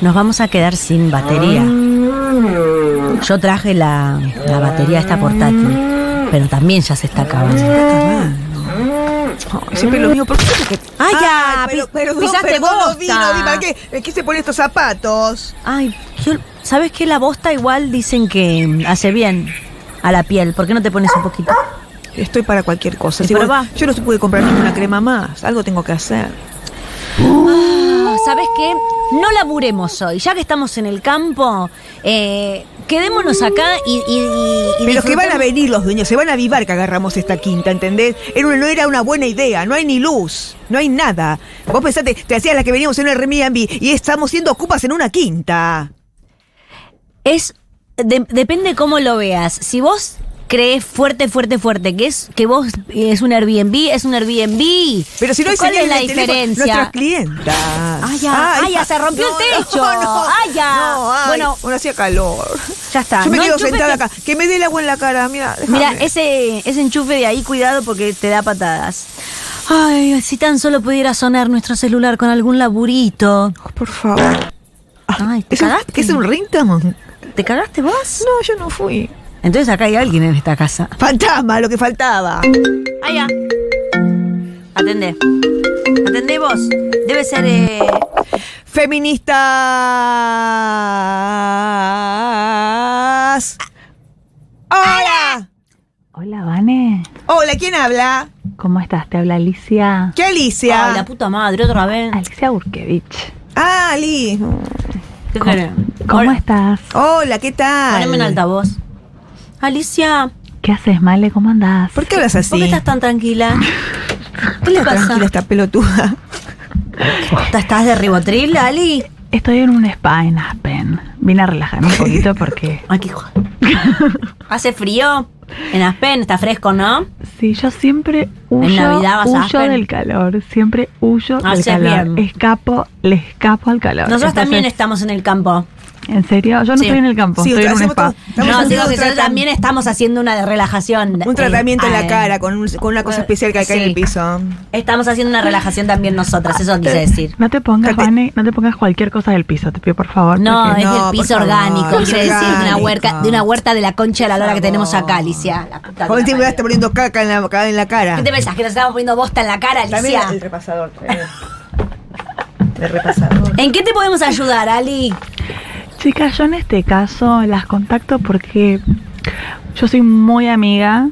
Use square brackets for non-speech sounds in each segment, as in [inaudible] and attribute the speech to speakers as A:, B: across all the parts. A: nos vamos a quedar sin batería. Yo traje la, la batería esta portátil, pero también ya se está acabando.
B: Ay, Siempre lo mismo. ¿Por qué? Porque...
A: Ay, ya,
B: pero,
A: pis-
B: perdón,
A: pisaste
B: perdón, no vi, no vi.
A: bosta.
B: ¿Para qué? ¿Eh, ¿Qué se pone estos zapatos?
A: Ay, yo- ¿sabes qué? La bosta igual dicen que hace bien a la piel. ¿Por qué no te pones un poquito?
B: Estoy para cualquier cosa.
A: Y
B: Si vos-
A: probá.
B: yo no se pude comprar ninguna crema más. Algo tengo que hacer.
A: Ah, ¿Sabes qué? No laburemos hoy, ya que estamos en el campo, eh, quedémonos acá y... y, y- y
B: Pero que van a
A: disfrutemos.
B: venir los dueños, se van a avivar que agarramos esta quinta, ¿entendés? Era un- no era una buena idea, no hay ni luz, no hay nada. Vos pensaste, te hacías la que veníamos en un Airbnb y estamos siendo ocupas en una quinta.
A: Es... de- depende cómo lo veas. Si vos crees fuerte, fuerte, fuerte que es que vos es un Airbnb, es un Airbnb.
B: Pero si no hay
A: ¿Cuál
B: señal
A: es
B: en
A: la
B: el teléfono,
A: diferencia?
B: nuestras clientas.
A: Ay, ya, ay, ya, se rompió el techo. Ay, ya. Bueno.
B: bueno, bueno, hacía calor.
A: Ya está.
B: Yo me
A: no
B: quedo
A: enchufes
B: sentada
A: que-
B: acá. Que me dé el agua en la cara, mira.
A: Mira, ese, ese enchufe de ahí, cuidado porque te da patadas. Ay, si tan solo pudiera sonar nuestro celular con algún laburito.
B: Por favor.
A: Ay, ¿te
B: ¿Es un,
A: cagaste?
B: ¿Es un ringtone?
A: ¿Te cagaste vos?
B: No, yo no fui.
A: Entonces acá hay alguien en esta casa.
B: Fantasma, lo que faltaba.
A: Allá. Atendé. Atendé vos. Debe ser. eh,
B: Feministas. Hola.
C: Hola, Vane.
B: Hola, ¿quién habla?
C: ¿Cómo estás? Te habla Alicia.
B: ¿Qué Alicia?
A: Ay, la puta madre, otra vez.
C: Alicia Burkevich.
B: Ah, Ali.
A: ¿Qué querés?
C: ¿Cómo
A: Ahora,
C: estás?
B: Hola, ¿qué tal?
A: Poneme en altavoz. Alicia,
C: ¿Qué haces, Male? ¿Cómo andás?
B: ¿Por qué hablas así?
A: ¿por qué estás tan
B: [laughs]
A: tranquila? ¿Qué le
B: Hola,
A: pasa?
B: tranquila esta pelotuda.
A: ¿Estás de ribotril, Ali?
C: Estoy en un spa en Aspen. Vine a
A: [laughs]
C: relajarme un poquito porque...
A: Aquí, [laughs] ¿Hace frío? En Aspen está fresco, ¿no?
C: Sí, yo siempre huyo,
A: Navidad vas a
C: huyo
A: Aspen.
C: del calor. Siempre huyo del
A: Haces
C: calor.
A: bien.
C: Escapo, le escapo al calor.
A: Nosotros
C: Entonces,
A: también estamos en el campo.
C: ¿En serio? Yo no
A: Sí.
C: estoy en el campo,
B: Sí,
C: estoy en un
B: hacemos
C: spa.
B: todo- estamos
A: No,
B: haciendo
A: digo que
B: un
A: nosotros
B: tratam-
A: también estamos haciendo una de relajación.
B: Un tratamiento en
A: Eh,
B: la
A: ah,
B: cara con, un- con una cosa especial que cae en
A: Sí.
B: el piso.
A: Estamos haciendo una relajación también nosotras,
B: Ah,
A: eso quise decir.
C: No te pongas,
B: Cate-
C: Vane, no te pongas cualquier cosa del piso, te pido por favor.
A: No,
C: porque-
A: es
B: No,
A: del piso
B: por favor,
A: orgánico, quise decir, de una,
B: orgánico.
A: huerca, de una huerta de la concha de la lora que tenemos acá, Alicia. La puta que
B: Hoy
A: la
B: te
A: parió.
B: me está poniendo caca en la, en la cara.
A: ¿Qué te pensás? ¿Que nos estamos poniendo bosta en la cara,
B: Ah. También
A: Alicia?
B: el repasador.
A: [laughs]
B: eh. El repasador.
A: ¿En qué te podemos ayudar, Ali?
C: Chicas, yo en este caso las contacto porque yo soy muy amiga.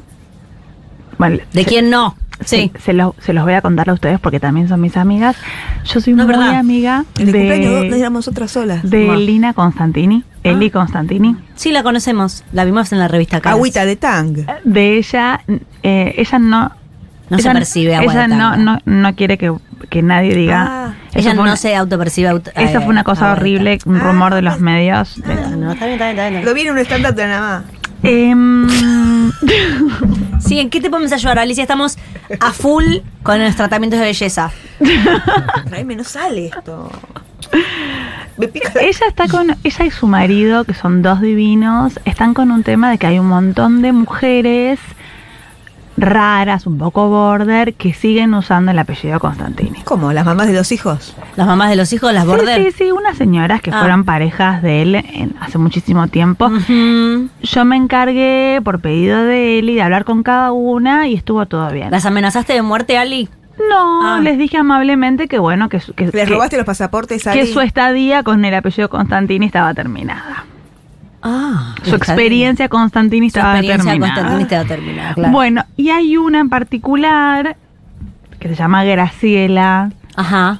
C: Bueno,
A: ¿De
C: se-
A: quién no?
C: Se,
A: Sí.
C: se los, se los voy a contar a ustedes porque también son mis amigas. Yo soy
A: No, es
C: muy
A: verdad.
C: amiga
B: En el cumpleaños no
C: de,
B: éramos otras solas.
C: de
A: Bueno.
C: Lina Constantini,
A: Ah.
C: Eli Constantini.
A: Sí, la conocemos. La vimos en la revista Caras.
B: Agüita de tang.
C: De ella, eh, ella no.
A: No se
C: ella-
A: percibe agua de
C: Ella no,
A: tanga.
C: no, no quiere que, que nadie diga.
B: Ah,
C: Eso
A: Ella
C: fue
A: no
C: una-
A: se autopercibe. auto-
C: Esa
A: eh,
C: fue una cosa
A: ahora.
C: horrible, un
B: Ah,
C: rumor de los
A: pues,
C: medios. de-
A: No, está bien, está bien, está bien.
B: Lo vi en un stand-up de nada más.
C: Em,
A: Sí, ¿en qué te podemos ayudar, Alicia? Estamos a full con los tratamientos de belleza.
B: Traeme, no sale esto. Me pica.
C: Ella está con ella y su marido, que son dos divinos, están con un tema de que hay un montón de mujeres raras, un poco border, que siguen usando el apellido Constantini.
B: ¿Cómo? ¿Las mamás de los hijos?
A: Las mamás de los hijos, las border.
C: Sí, sí, sí, unas señoras que
A: Ah. Mm.
C: fueron parejas de él en- hace muchísimo tiempo.
A: Ujú.
C: Yo me encargué por pedido de él y de hablar con cada una y estuvo todo bien.
A: ¿Las amenazaste de muerte, Ali?
C: No,
A: Ah.
C: les dije amablemente que bueno, que, su- que,
B: ¿Les
C: que-
B: robaste los pasaportes a
C: que su estadía con el apellido Constantini estaba terminada.
A: Ah.
C: Su experiencia Constantini
A: Su
C: estaba
A: experiencia con
C: terminada.
A: Constantini estaba terminada, claro.
C: Bueno, y hay una en particular que se llama Graciela,
A: Ajá.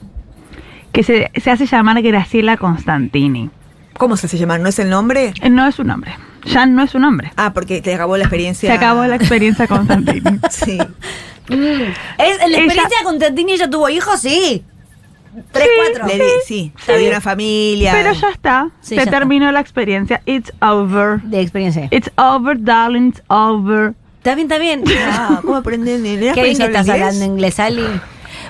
C: que se, se hace llamar Graciela Constantini.
B: ¿Cómo se hace llamar? ¿No es el nombre?
C: Eh, No es un nombre, ya no es un nombre.
B: Ah, porque te acabó la experiencia.
C: Se acabó la
A: [laughs]
C: experiencia Constantini.
B: [laughs] Sí.
A: Mm. ¿Es, ¿La
C: Ella-
A: experiencia con Constantini ella tuvo hijos? Sí. Tres, cuatro.
B: Le di, sí.
A: Está
B: Le di
A: bien.
B: una familia.
C: Pero ya está,
A: Sí, ya
C: se
A: está.
C: terminó la experiencia. It's over.
A: De experiencia.
C: It's over, darling, it's over.
A: Eh,
C: [laughs]
A: Está bien, está bien.
B: Ah, ¿cómo aprenden?
A: Qué bien que estás hablando inglés, Ali.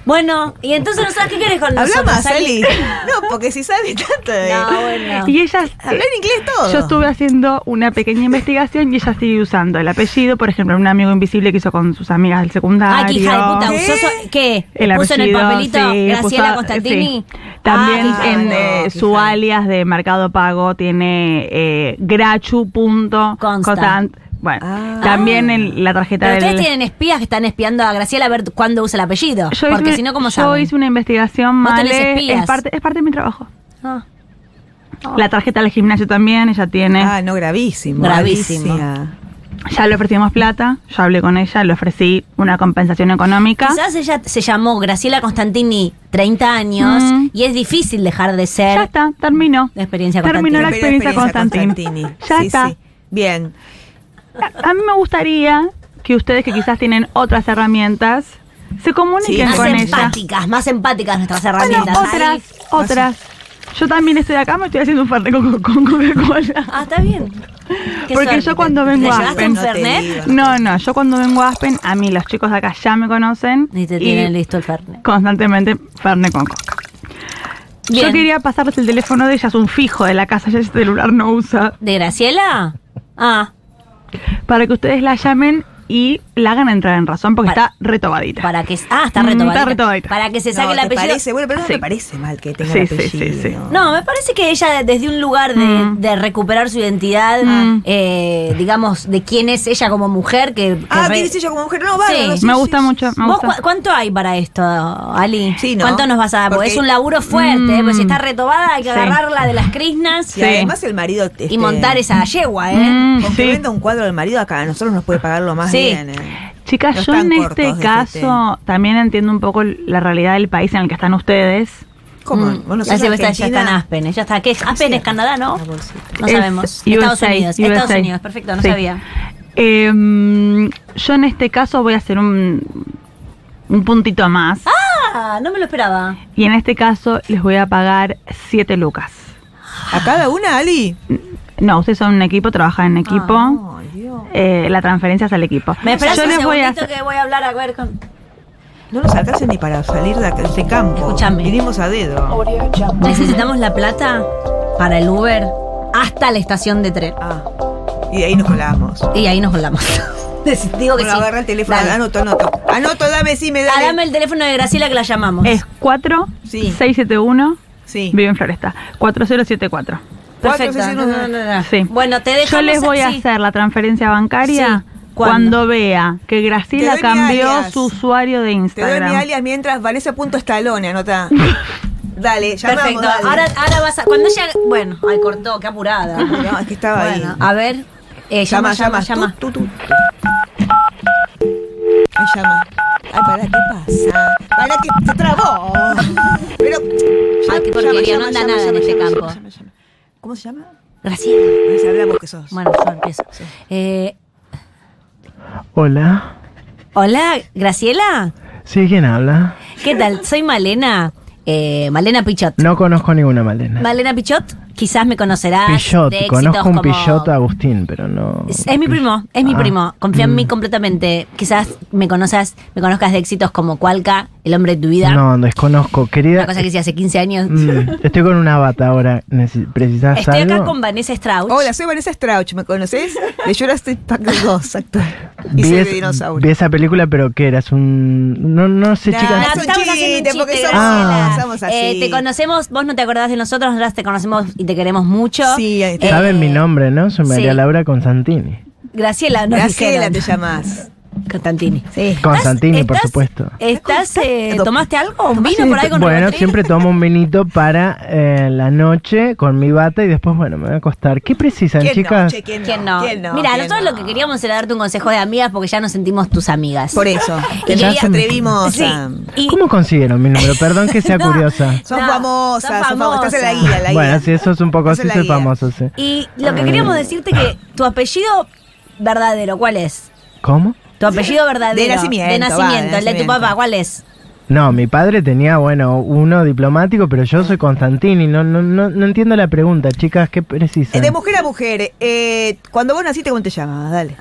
A: Bueno, y entonces no sabes qué querés con
B: Habla
A: nosotros.
B: más,
A: Ali?
B: Ali. [laughs] No, porque si sabe tanto de.
A: No, bueno.
C: Y ellas.
B: Habla en inglés todo.
C: Yo estuve haciendo una pequeña investigación y ella sigue usando el apellido, por ejemplo, un amigo invisible que hizo con sus amigas del secundario.
A: Ay, Ah, qué hija de puta,
B: ¿Qué?
A: usó so- ¿Qué?
C: El
A: ¿Puso en el
C: apellido,
A: papelito
C: sí,
A: Graciela
C: puso-
A: Constantini?
C: sí. También
A: Ah,
C: en
A: no,
C: eh,
A: qué
C: su
A: hija de-
C: alias de Mercado Pago tiene eh,
A: Constant.
C: grachu.constant. Bueno,
B: Ah.
C: también en la tarjeta
A: Pero
C: del...
A: ustedes tienen espías que están espiando a Graciela a ver cuándo usa el apellido.
C: Yo hice
A: porque
C: una-
A: si no, ¿cómo
C: yo
A: saben?
C: hice una investigación,
A: Vos tenés
C: Male,
A: espías. Oh.
C: es parte, es parte de mi trabajo.
A: Ah.
C: La tarjeta del gimnasio también, ella tiene.
B: Ah, no, gravísimo.
A: Gravísimo.
B: Alicia.
C: Ya le ofrecimos plata, yo hablé con ella, le ofrecí una compensación económica.
A: Quizás ella se llamó Graciela Constantini 30 años
C: Mm.
A: y es difícil dejar de
C: Ya
A: ser
C: está, terminó.
A: la experiencia
C: Terminó la
A: Constantini.
C: experiencia,
B: Primera
C: Constantini. [laughs] Ya
B: Sí,
C: está.
B: sí. Bien.
C: A, a mí me gustaría que ustedes que quizás tienen otlas herramientas se comuniquen
B: Sí,
A: Más
C: con ella.
A: empáticas, más empáticas nuestras
C: Bueno,
A: herramientas.
C: otras,
A: Ahí.
C: otras. Yo también estoy acá, me estoy haciendo un fernet con, con Coca-Cola.
A: Ah, está bien. Qué
C: Porque yo cuando vengo
A: ¿Te
C: a-
A: llevaste un
B: No te
A: Fernet?
B: digo.
C: No, no, yo cuando vengo a Aspen, a mí los chicos de acá ya me conocen.
A: Y te tienen listo el Fernet.
C: Constantemente fernet con Coca.
A: Bien.
C: Yo quería pasarles el teléfono de ella, es un fijo de la casa, ya ese celular no usa.
A: ¿De Graciela? Ah,
C: Para que ustedes la llamen y la hagan entrar en razón porque
A: Para-
C: está retobadita.
A: para que. Ah, está
C: Mm, está
A: retobadita.
C: retobadita.
A: Para que se saque
B: No,
A: el
B: ¿te
A: apellido.
B: Parece, bueno, pero no
C: Sí.
B: me parece mal que tenga
C: Sí,
B: el
C: sí, sí,
B: apellido.
C: sí.
A: No, me parece que ella desde un lugar de,
C: Mm.
A: de recuperar su identidad,
C: Mm.
A: eh, digamos, de quién es ella como mujer, que... que
B: Ah,
A: re-
B: ¿quién es ella como mujer? No, vale.
A: Sí.
C: Me gusta mucho, me
A: ¿Vos
C: gusta.
A: cua- ¿Cuánto hay para esto, Ali?
B: Sí, ¿no?
A: ¿Cuánto nos vas a dar? Porque,
B: Porque-
A: es un laburo fuerte,
C: Mm.
A: ¿eh? Porque si está retobada hay que
C: Sí.
A: agarrarla de las crisnas
B: Y además el marido.
A: y
B: este,
A: montar esa yegua, ¿eh?
C: Mm,
B: Con que
C: sí.
B: venda un cuadro del marido acá, a nosotros nos puede pagarlo más
A: Sí.
B: bien. eh.
C: Chicas,
B: No
C: yo
B: están
C: en
B: cortos
C: este
B: de
C: caso también entiendo un poco la realidad del país en el que están ustedes.
B: ¿Cómo?
A: Mm.
B: ¿Vos no
A: Ya
B: sos
A: se ve, está- ya
B: argentina?
A: está en Aspen, ¿eh? ya está. ¿Qué es? Aspen es Canadá, ¿no?
B: La bolsita.
A: No
C: Es
A: sabemos.
C: USA,
A: Estados Unidos. Estados
C: USA.
A: Unidos, perfecto, no
C: Sí.
A: sabía.
C: Em, yo en este caso voy a hacer un, un puntito más.
A: Ah, no me lo esperaba.
C: Y en este caso les voy a pagar 7 lucas.
B: ¿A cada una, Ali?
C: No, ustedes son un equipo, trabajan en equipo.
A: Ah.
B: Ay, Dios.
C: Eh, la transferencia es al equipo.
A: Me esperas
C: yo
A: un
C: les voy a
A: segundito
C: hacer-
A: que voy a hablar a ver con...
B: No nos alcanza ni para salir de, acá- de este campo.
A: Escúchame.
B: Vinimos a dedo.
A: Necesitamos la plata para el Uber hasta la estación de tren.
B: Ah. Y de ahí nos colamos.
A: Y ahí nos volamos. [laughs] Digo que
B: Bueno,
A: sí.
B: agarra el teléfono.
A: Dale.
B: Anoto, anoto. Anoto, dame, sí, me
A: Ah,
B: dale.
A: dame el teléfono de Graciela que la llamamos.
C: Es 4
B: Sí.
C: 671
B: Sí.
C: Vive en Floresta 4074.
A: Perfecto.
B: cuatro, seis,
A: No,
B: uno,
A: no, no, no.
C: Sí.
A: Ah, Bueno, te dejo.
C: Yo les voy a hacer la transferencia bancaria
A: Sí. ¿Cuándo?
C: cuando vea que Graciela
B: Te doy mi
C: cambió
B: alias.
C: su usuario de
B: Te doy mi
C: Instagram.
B: alias mientras
A: [laughs]
B: Vanessa.estalone, anota. Dale, llamamos.
A: Perfecto.
B: dale.
A: Ahora, ahora vas a. Cuando ella. Bueno, ay, cortó, qué apurada.
B: No, es que [laughs] estaba
A: bueno,
B: ahí.
A: a ver. eh, llama, llama, llama.
B: Tú, tú, tú. Ahí llama. Ay, para, ¿qué pasa? Para que
A: [laughs]
B: se trabó. Pero.
A: Ay, qué porquería, no anda nada en este campo.
B: ¿Cómo se llama?
A: Graciela.
B: Ahí se hablamos que sos.
A: Bueno, yo empiezo. Eh,
D: Hola.
A: hola, Graciela.
D: Sí, ¿quién habla?
A: ¿Qué tal? Soy Malena. eh, Malena Pichot.
D: No conozco ninguna Malena.
A: Malena Pichot, quizás me conocerás.
D: Pichot,
A: de éxitos
D: conozco un
A: como-
D: Pichot Agustín, pero no.
A: Es, es mi
D: Pich-
A: primo, es mi
D: Ah,
A: primo. Confía en
D: mm.
A: mí completamente. Quizás me conozcas, me conozcas de éxitos como Cualca, el hombre de tu vida.
D: No, desconozco. Querida.
A: Una cosa que hice hace 15 años.
D: mm, estoy con una bata ahora. Neces- ¿Precisás
A: Estoy
D: algo?
A: acá con Vanessa Strauch.
B: Hola, soy Vanessa Strauch, ¿me conoces? De Jurassic Park 2, actor. Y
D: Vi
B: soy de
D: es-
B: dinosaurio.
D: vi esa película, pero que eras un. No, no sé,
B: Nah,
D: chicas.
A: Ah,
B: es un
A: estamos haciendo
B: chiste,
A: un
B: porque
A: chiste,
B: somos-
A: Graciela.
B: Ah. somos así.
A: Eh, te conocemos, vos no te acordás de nosotros, nosotras te conocemos y te queremos mucho.
B: Sí, ahí está.
D: Saben mi nombre, ¿no? Soy María
A: eh, sí.
D: Laura Constantini.
A: Graciela, no
B: Graciela te llamas.
A: Constantini.
B: Sí.
D: Constantini,
A: ¿Estás-
D: por
A: estás-
D: supuesto.
A: ¿Estás, eh, tomaste algo? ¿Un vino por ahí con
D: Bueno,
A: Ribotril?
D: siempre tomo un vinito para eh, la noche con mi bata y después, bueno, me voy a acostar. ¿Qué precisan,
B: ¿Quién no?
D: chicas?
B: Che, ¿quién,
A: ¿Quién
B: no?
A: no?
B: ¿Quién no?
A: Mira,
B: ¿Quién
A: nosotros
B: no?
A: lo que queríamos era darte un consejo de amigas porque ya nos sentimos tus amigas. [laughs]
B: Por eso, que
A: Y
B: nos
A: quería-
B: atrevimos
A: Sí,
B: a...
A: y-
D: ¿Cómo consiguieron mi número? Perdón que sea
A: No.
D: curiosa.
B: Sos
A: No,
B: famosa,
A: sos
B: sos famosa. Estás en la
A: famosa.
B: guía, la guía.
D: Bueno, sí, eso es un poco
B: Estás
D: así,
B: en la
D: soy
B: guía.
D: famoso, sí.
A: Y lo que
D: Ah.
A: queríamos decirte que tu apellido verdadero, ¿cuál es?
D: ¿Cómo?
A: Tu apellido verdadero.
B: nacimiento,
A: De
B: va, de
A: nacimiento. el de tu
B: nacimiento.
A: papá, ¿cuál es?
D: No, mi padre tenía, bueno, uno diplomático, pero yo soy Constantini. No, no, no, no entiendo la pregunta, chicas, ¿qué
B: Eh,
D: precisan?
B: De mujer a mujer, eh, cuando vos naciste, ¿cómo te llamabas? Dale.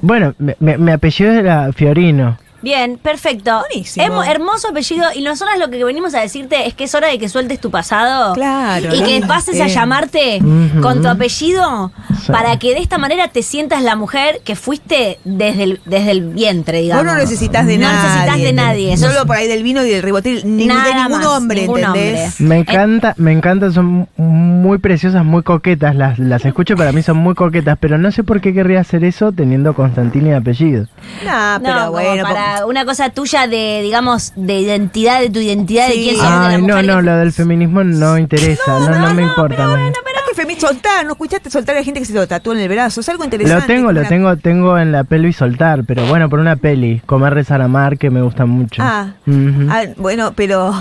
D: Bueno, me- me- mi apellido era Fiorino.
A: Bien, perfecto.
B: Buenísimo.
A: Hermo- hermoso apellido. Y nosotras lo que venimos a decirte es que es hora de que sueltes tu pasado.
B: Claro,
A: Y que
B: ¿no?
A: pases a
B: Bien.
A: llamarte
D: Ujú.
A: con tu apellido
D: Sí.
A: para que de esta manera te sientas la mujer que fuiste desde el, desde el vientre, digamos.
B: Vos no necesitas de
A: No
B: nadie.
A: necesitas de nadie.
B: Solo
A: Sos-
B: por ahí del vino y del ribotil. Ni,
A: Nada
B: de ningún
A: más,
B: hombre,
A: ningún
B: ¿entendés?
A: hombre.
D: Me encanta, me encantan, son muy preciosas, muy coquetas, las, las escucho y para mí son muy coquetas, pero no sé por qué querría hacer eso teniendo Constantini de apellido.
B: Nah,
A: No,
B: pero
A: como
B: bueno. po-
A: para una cosa tuya de, digamos, de identidad, de tu identidad,
B: Sí.
A: de quién sos, de la
D: Ay, no,
A: mujer
D: no,
A: que-
D: lo del feminismo no interesa, no, no, me importa.
A: pero
D: no.
A: bueno, pero-
B: Ah, que Femi, soltá, ¿no escuchaste soltar a gente que se lo tatúa en el brazo? Es algo interesante.
D: Lo tengo, lo
B: Una-
D: tengo, tengo en la peli soltar, pero bueno, por una peli, comer, rezar, amar, que me gusta mucho.
B: Ah,
D: Ujú.
B: ah, bueno, pero...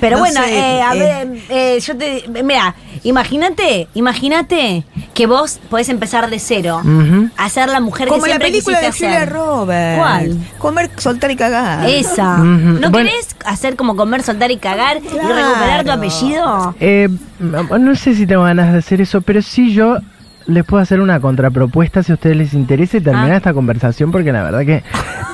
A: Pero
B: No
A: bueno,
B: sé,
A: eh, a
B: eh.
A: ver, eh, yo te. Mira, imagínate, imagínate que vos podés empezar de cero,
D: Ujú.
A: a ser la mujer
B: Como
A: que
B: la
A: siempre
B: película de
A: quisiste
B: Julia
A: hacer.
B: Roberts.
A: ¿Cuál?
B: Comer, soltar y cagar.
A: Esa.
D: Ujú.
A: ¿No
D: Bueno.
A: querés hacer como comer, soltar y cagar y
B: Claro.
A: recuperar tu apellido?
D: Eh, no sé si tengo ganas de hacer eso, pero sí yo les puedo hacer una contrapropuesta si a ustedes les interesa y terminar
A: Ah.
D: esta conversación porque la verdad que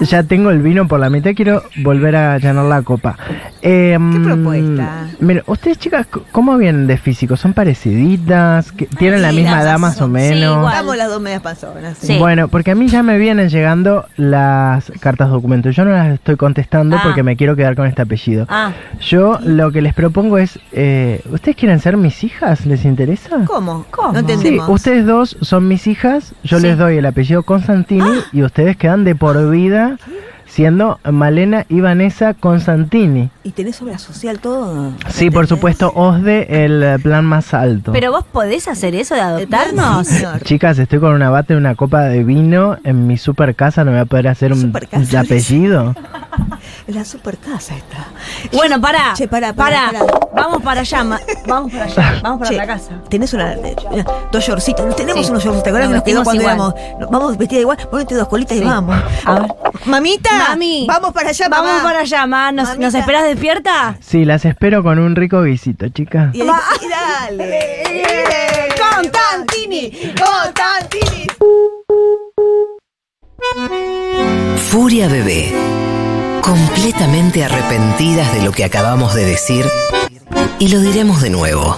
D: ya tengo el vino por la mitad, quiero volver a llenar la copa. Eh,
B: ¿Qué propuesta?
D: Mira, ustedes chicas, c- ¿cómo vienen de físico? ¿Son pareciditas? ¿Que- ¿Tienen la
A: sí,
D: misma
A: las
D: edad más o
A: son- sí,
D: menos?
A: igual.
B: Estamos las dos medias panzonas.
A: Sí.
D: Bueno, porque a mí ya me vienen llegando las cartas documentos. Yo no las estoy contestando
A: Ah.
D: porque me quiero quedar con este apellido.
A: Ah,
D: Yo lo que les propongo es, eh, ¿ustedes quieren ser mis hijas? ¿Les interesa?
B: ¿Cómo? ¿Cómo? No
D: Sí,
B: entendemos.
D: ustedes dos son mis hijas, yo
A: Sí.
D: les doy el apellido Constantini
B: Ah.
D: y ustedes quedan de por vida siendo Malena y Vanessa Constantini.
B: Y tenés obra social todo.
D: Sí, por
B: ¿entendés?
D: supuesto, OSDE, el eh, plan más alto.
A: pero vos podés hacer eso de
B: El
A: [laughs]
B: plan,
A: adoptarnos.
B: señor.
D: Chicas, estoy con una bata y una copa de vino en mi super casa, no voy a poder hacer un,
B: Super casa,
D: un apellido.
B: La super casa está.
A: Bueno, pará.
B: Che, pará, pará, pará.
A: Vamos para allá. ma- Vamos para allá. Vamos para
B: Che,
A: la casa.
B: Tenés una, eh, una- dos yorcitos. Tenemos
A: Sí.
B: unos yorcitos. ¿Te acuerdas
A: Nos
B: que nos quedó
A: vestimos
B: cuando
A: igual.
B: éramos? no, Vamos vestida igual. Ponete dos colitas
A: Sí.
B: y vamos.
A: A ver.
B: Mamita.
A: Mami.
B: Ah, Vamos para allá,
A: Vamos
B: mamá.
A: para allá, ma. ¿Nos,
B: Mamita.
A: ¿nos esperas despierta?
D: Sí, las espero con un rico guisito, chicas.
B: Y, ahí- y dale. Con Tantini. Con Tantini.
E: Furia Bebé. Completamente arrepentidas de lo que acabamos de decir y lo diremos de nuevo.